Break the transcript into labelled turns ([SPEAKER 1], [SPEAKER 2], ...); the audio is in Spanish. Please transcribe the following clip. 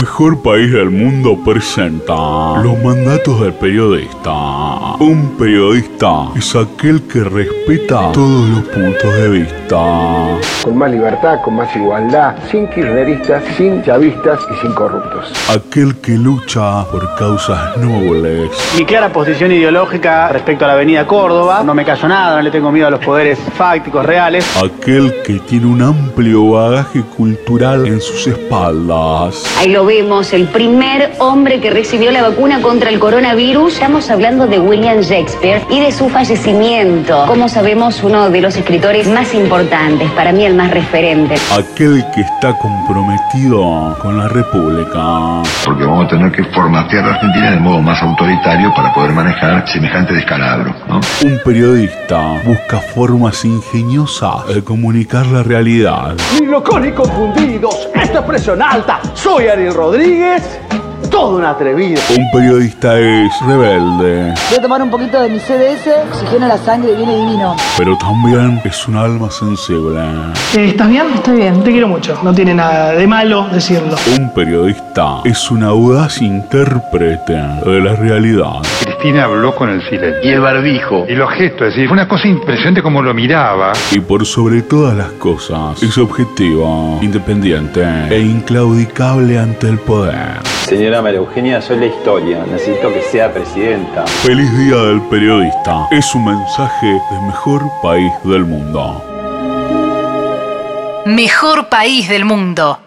[SPEAKER 1] Mejor país del mundo presenta los mandatos del periodista. Un periodista es aquel que respeta todos los puntos de vista.
[SPEAKER 2] con más libertad, con más igualdad, sin kirchneristas, sin chavistas y sin corruptos.
[SPEAKER 1] Aquel que lucha por causas nobles.
[SPEAKER 3] Mi clara posición ideológica respecto a la avenida Córdoba, no me callo nada, no le tengo miedo a los poderes fácticos reales.
[SPEAKER 1] Aquel que tiene un amplio bagaje cultural en sus espaldas.
[SPEAKER 4] Ahí lo vemos, el primer hombre que recibió la vacuna contra el coronavirus. Estamos hablando de William Shakespeare y de su fallecimiento. Como sabemos, uno de los escritores más importantes, para mí el más referente.
[SPEAKER 1] Aquel que está comprometido con la República.
[SPEAKER 5] porque vamos a tener que formatear a Argentina de modo más autoritario para poder manejar semejante descalabro, ¿no?
[SPEAKER 1] Un periodista busca formas ingeniosas de comunicar la realidad.
[SPEAKER 3] Ni locos ni confundidos, esto es presión alta, soy Ariel Rodríguez, todo un atrevido.
[SPEAKER 1] Un periodista es rebelde,
[SPEAKER 6] Voy a tomar un poquito de mi CDS, oxigena la sangre y viene divino.
[SPEAKER 1] pero también es un alma sensible.
[SPEAKER 7] Eh, ¿Estás bien? Estoy bien. Te quiero mucho. No tiene nada de malo decirlo.
[SPEAKER 1] Un periodista es un audaz intérprete de la realidad.
[SPEAKER 8] Cristina habló con el silencio. Y el barbijo. Y los gestos, es decir, fue una cosa impresionante como lo miraba.
[SPEAKER 1] Y por sobre todas las cosas, es objetivo, independiente e inclaudicable ante el poder.
[SPEAKER 9] Señora María Eugenia, soy la historia. Necesito que sea presidenta.
[SPEAKER 1] Feliz Día del Periodista es un mensaje de mejor país del mundo.
[SPEAKER 10] Mejor país del mundo.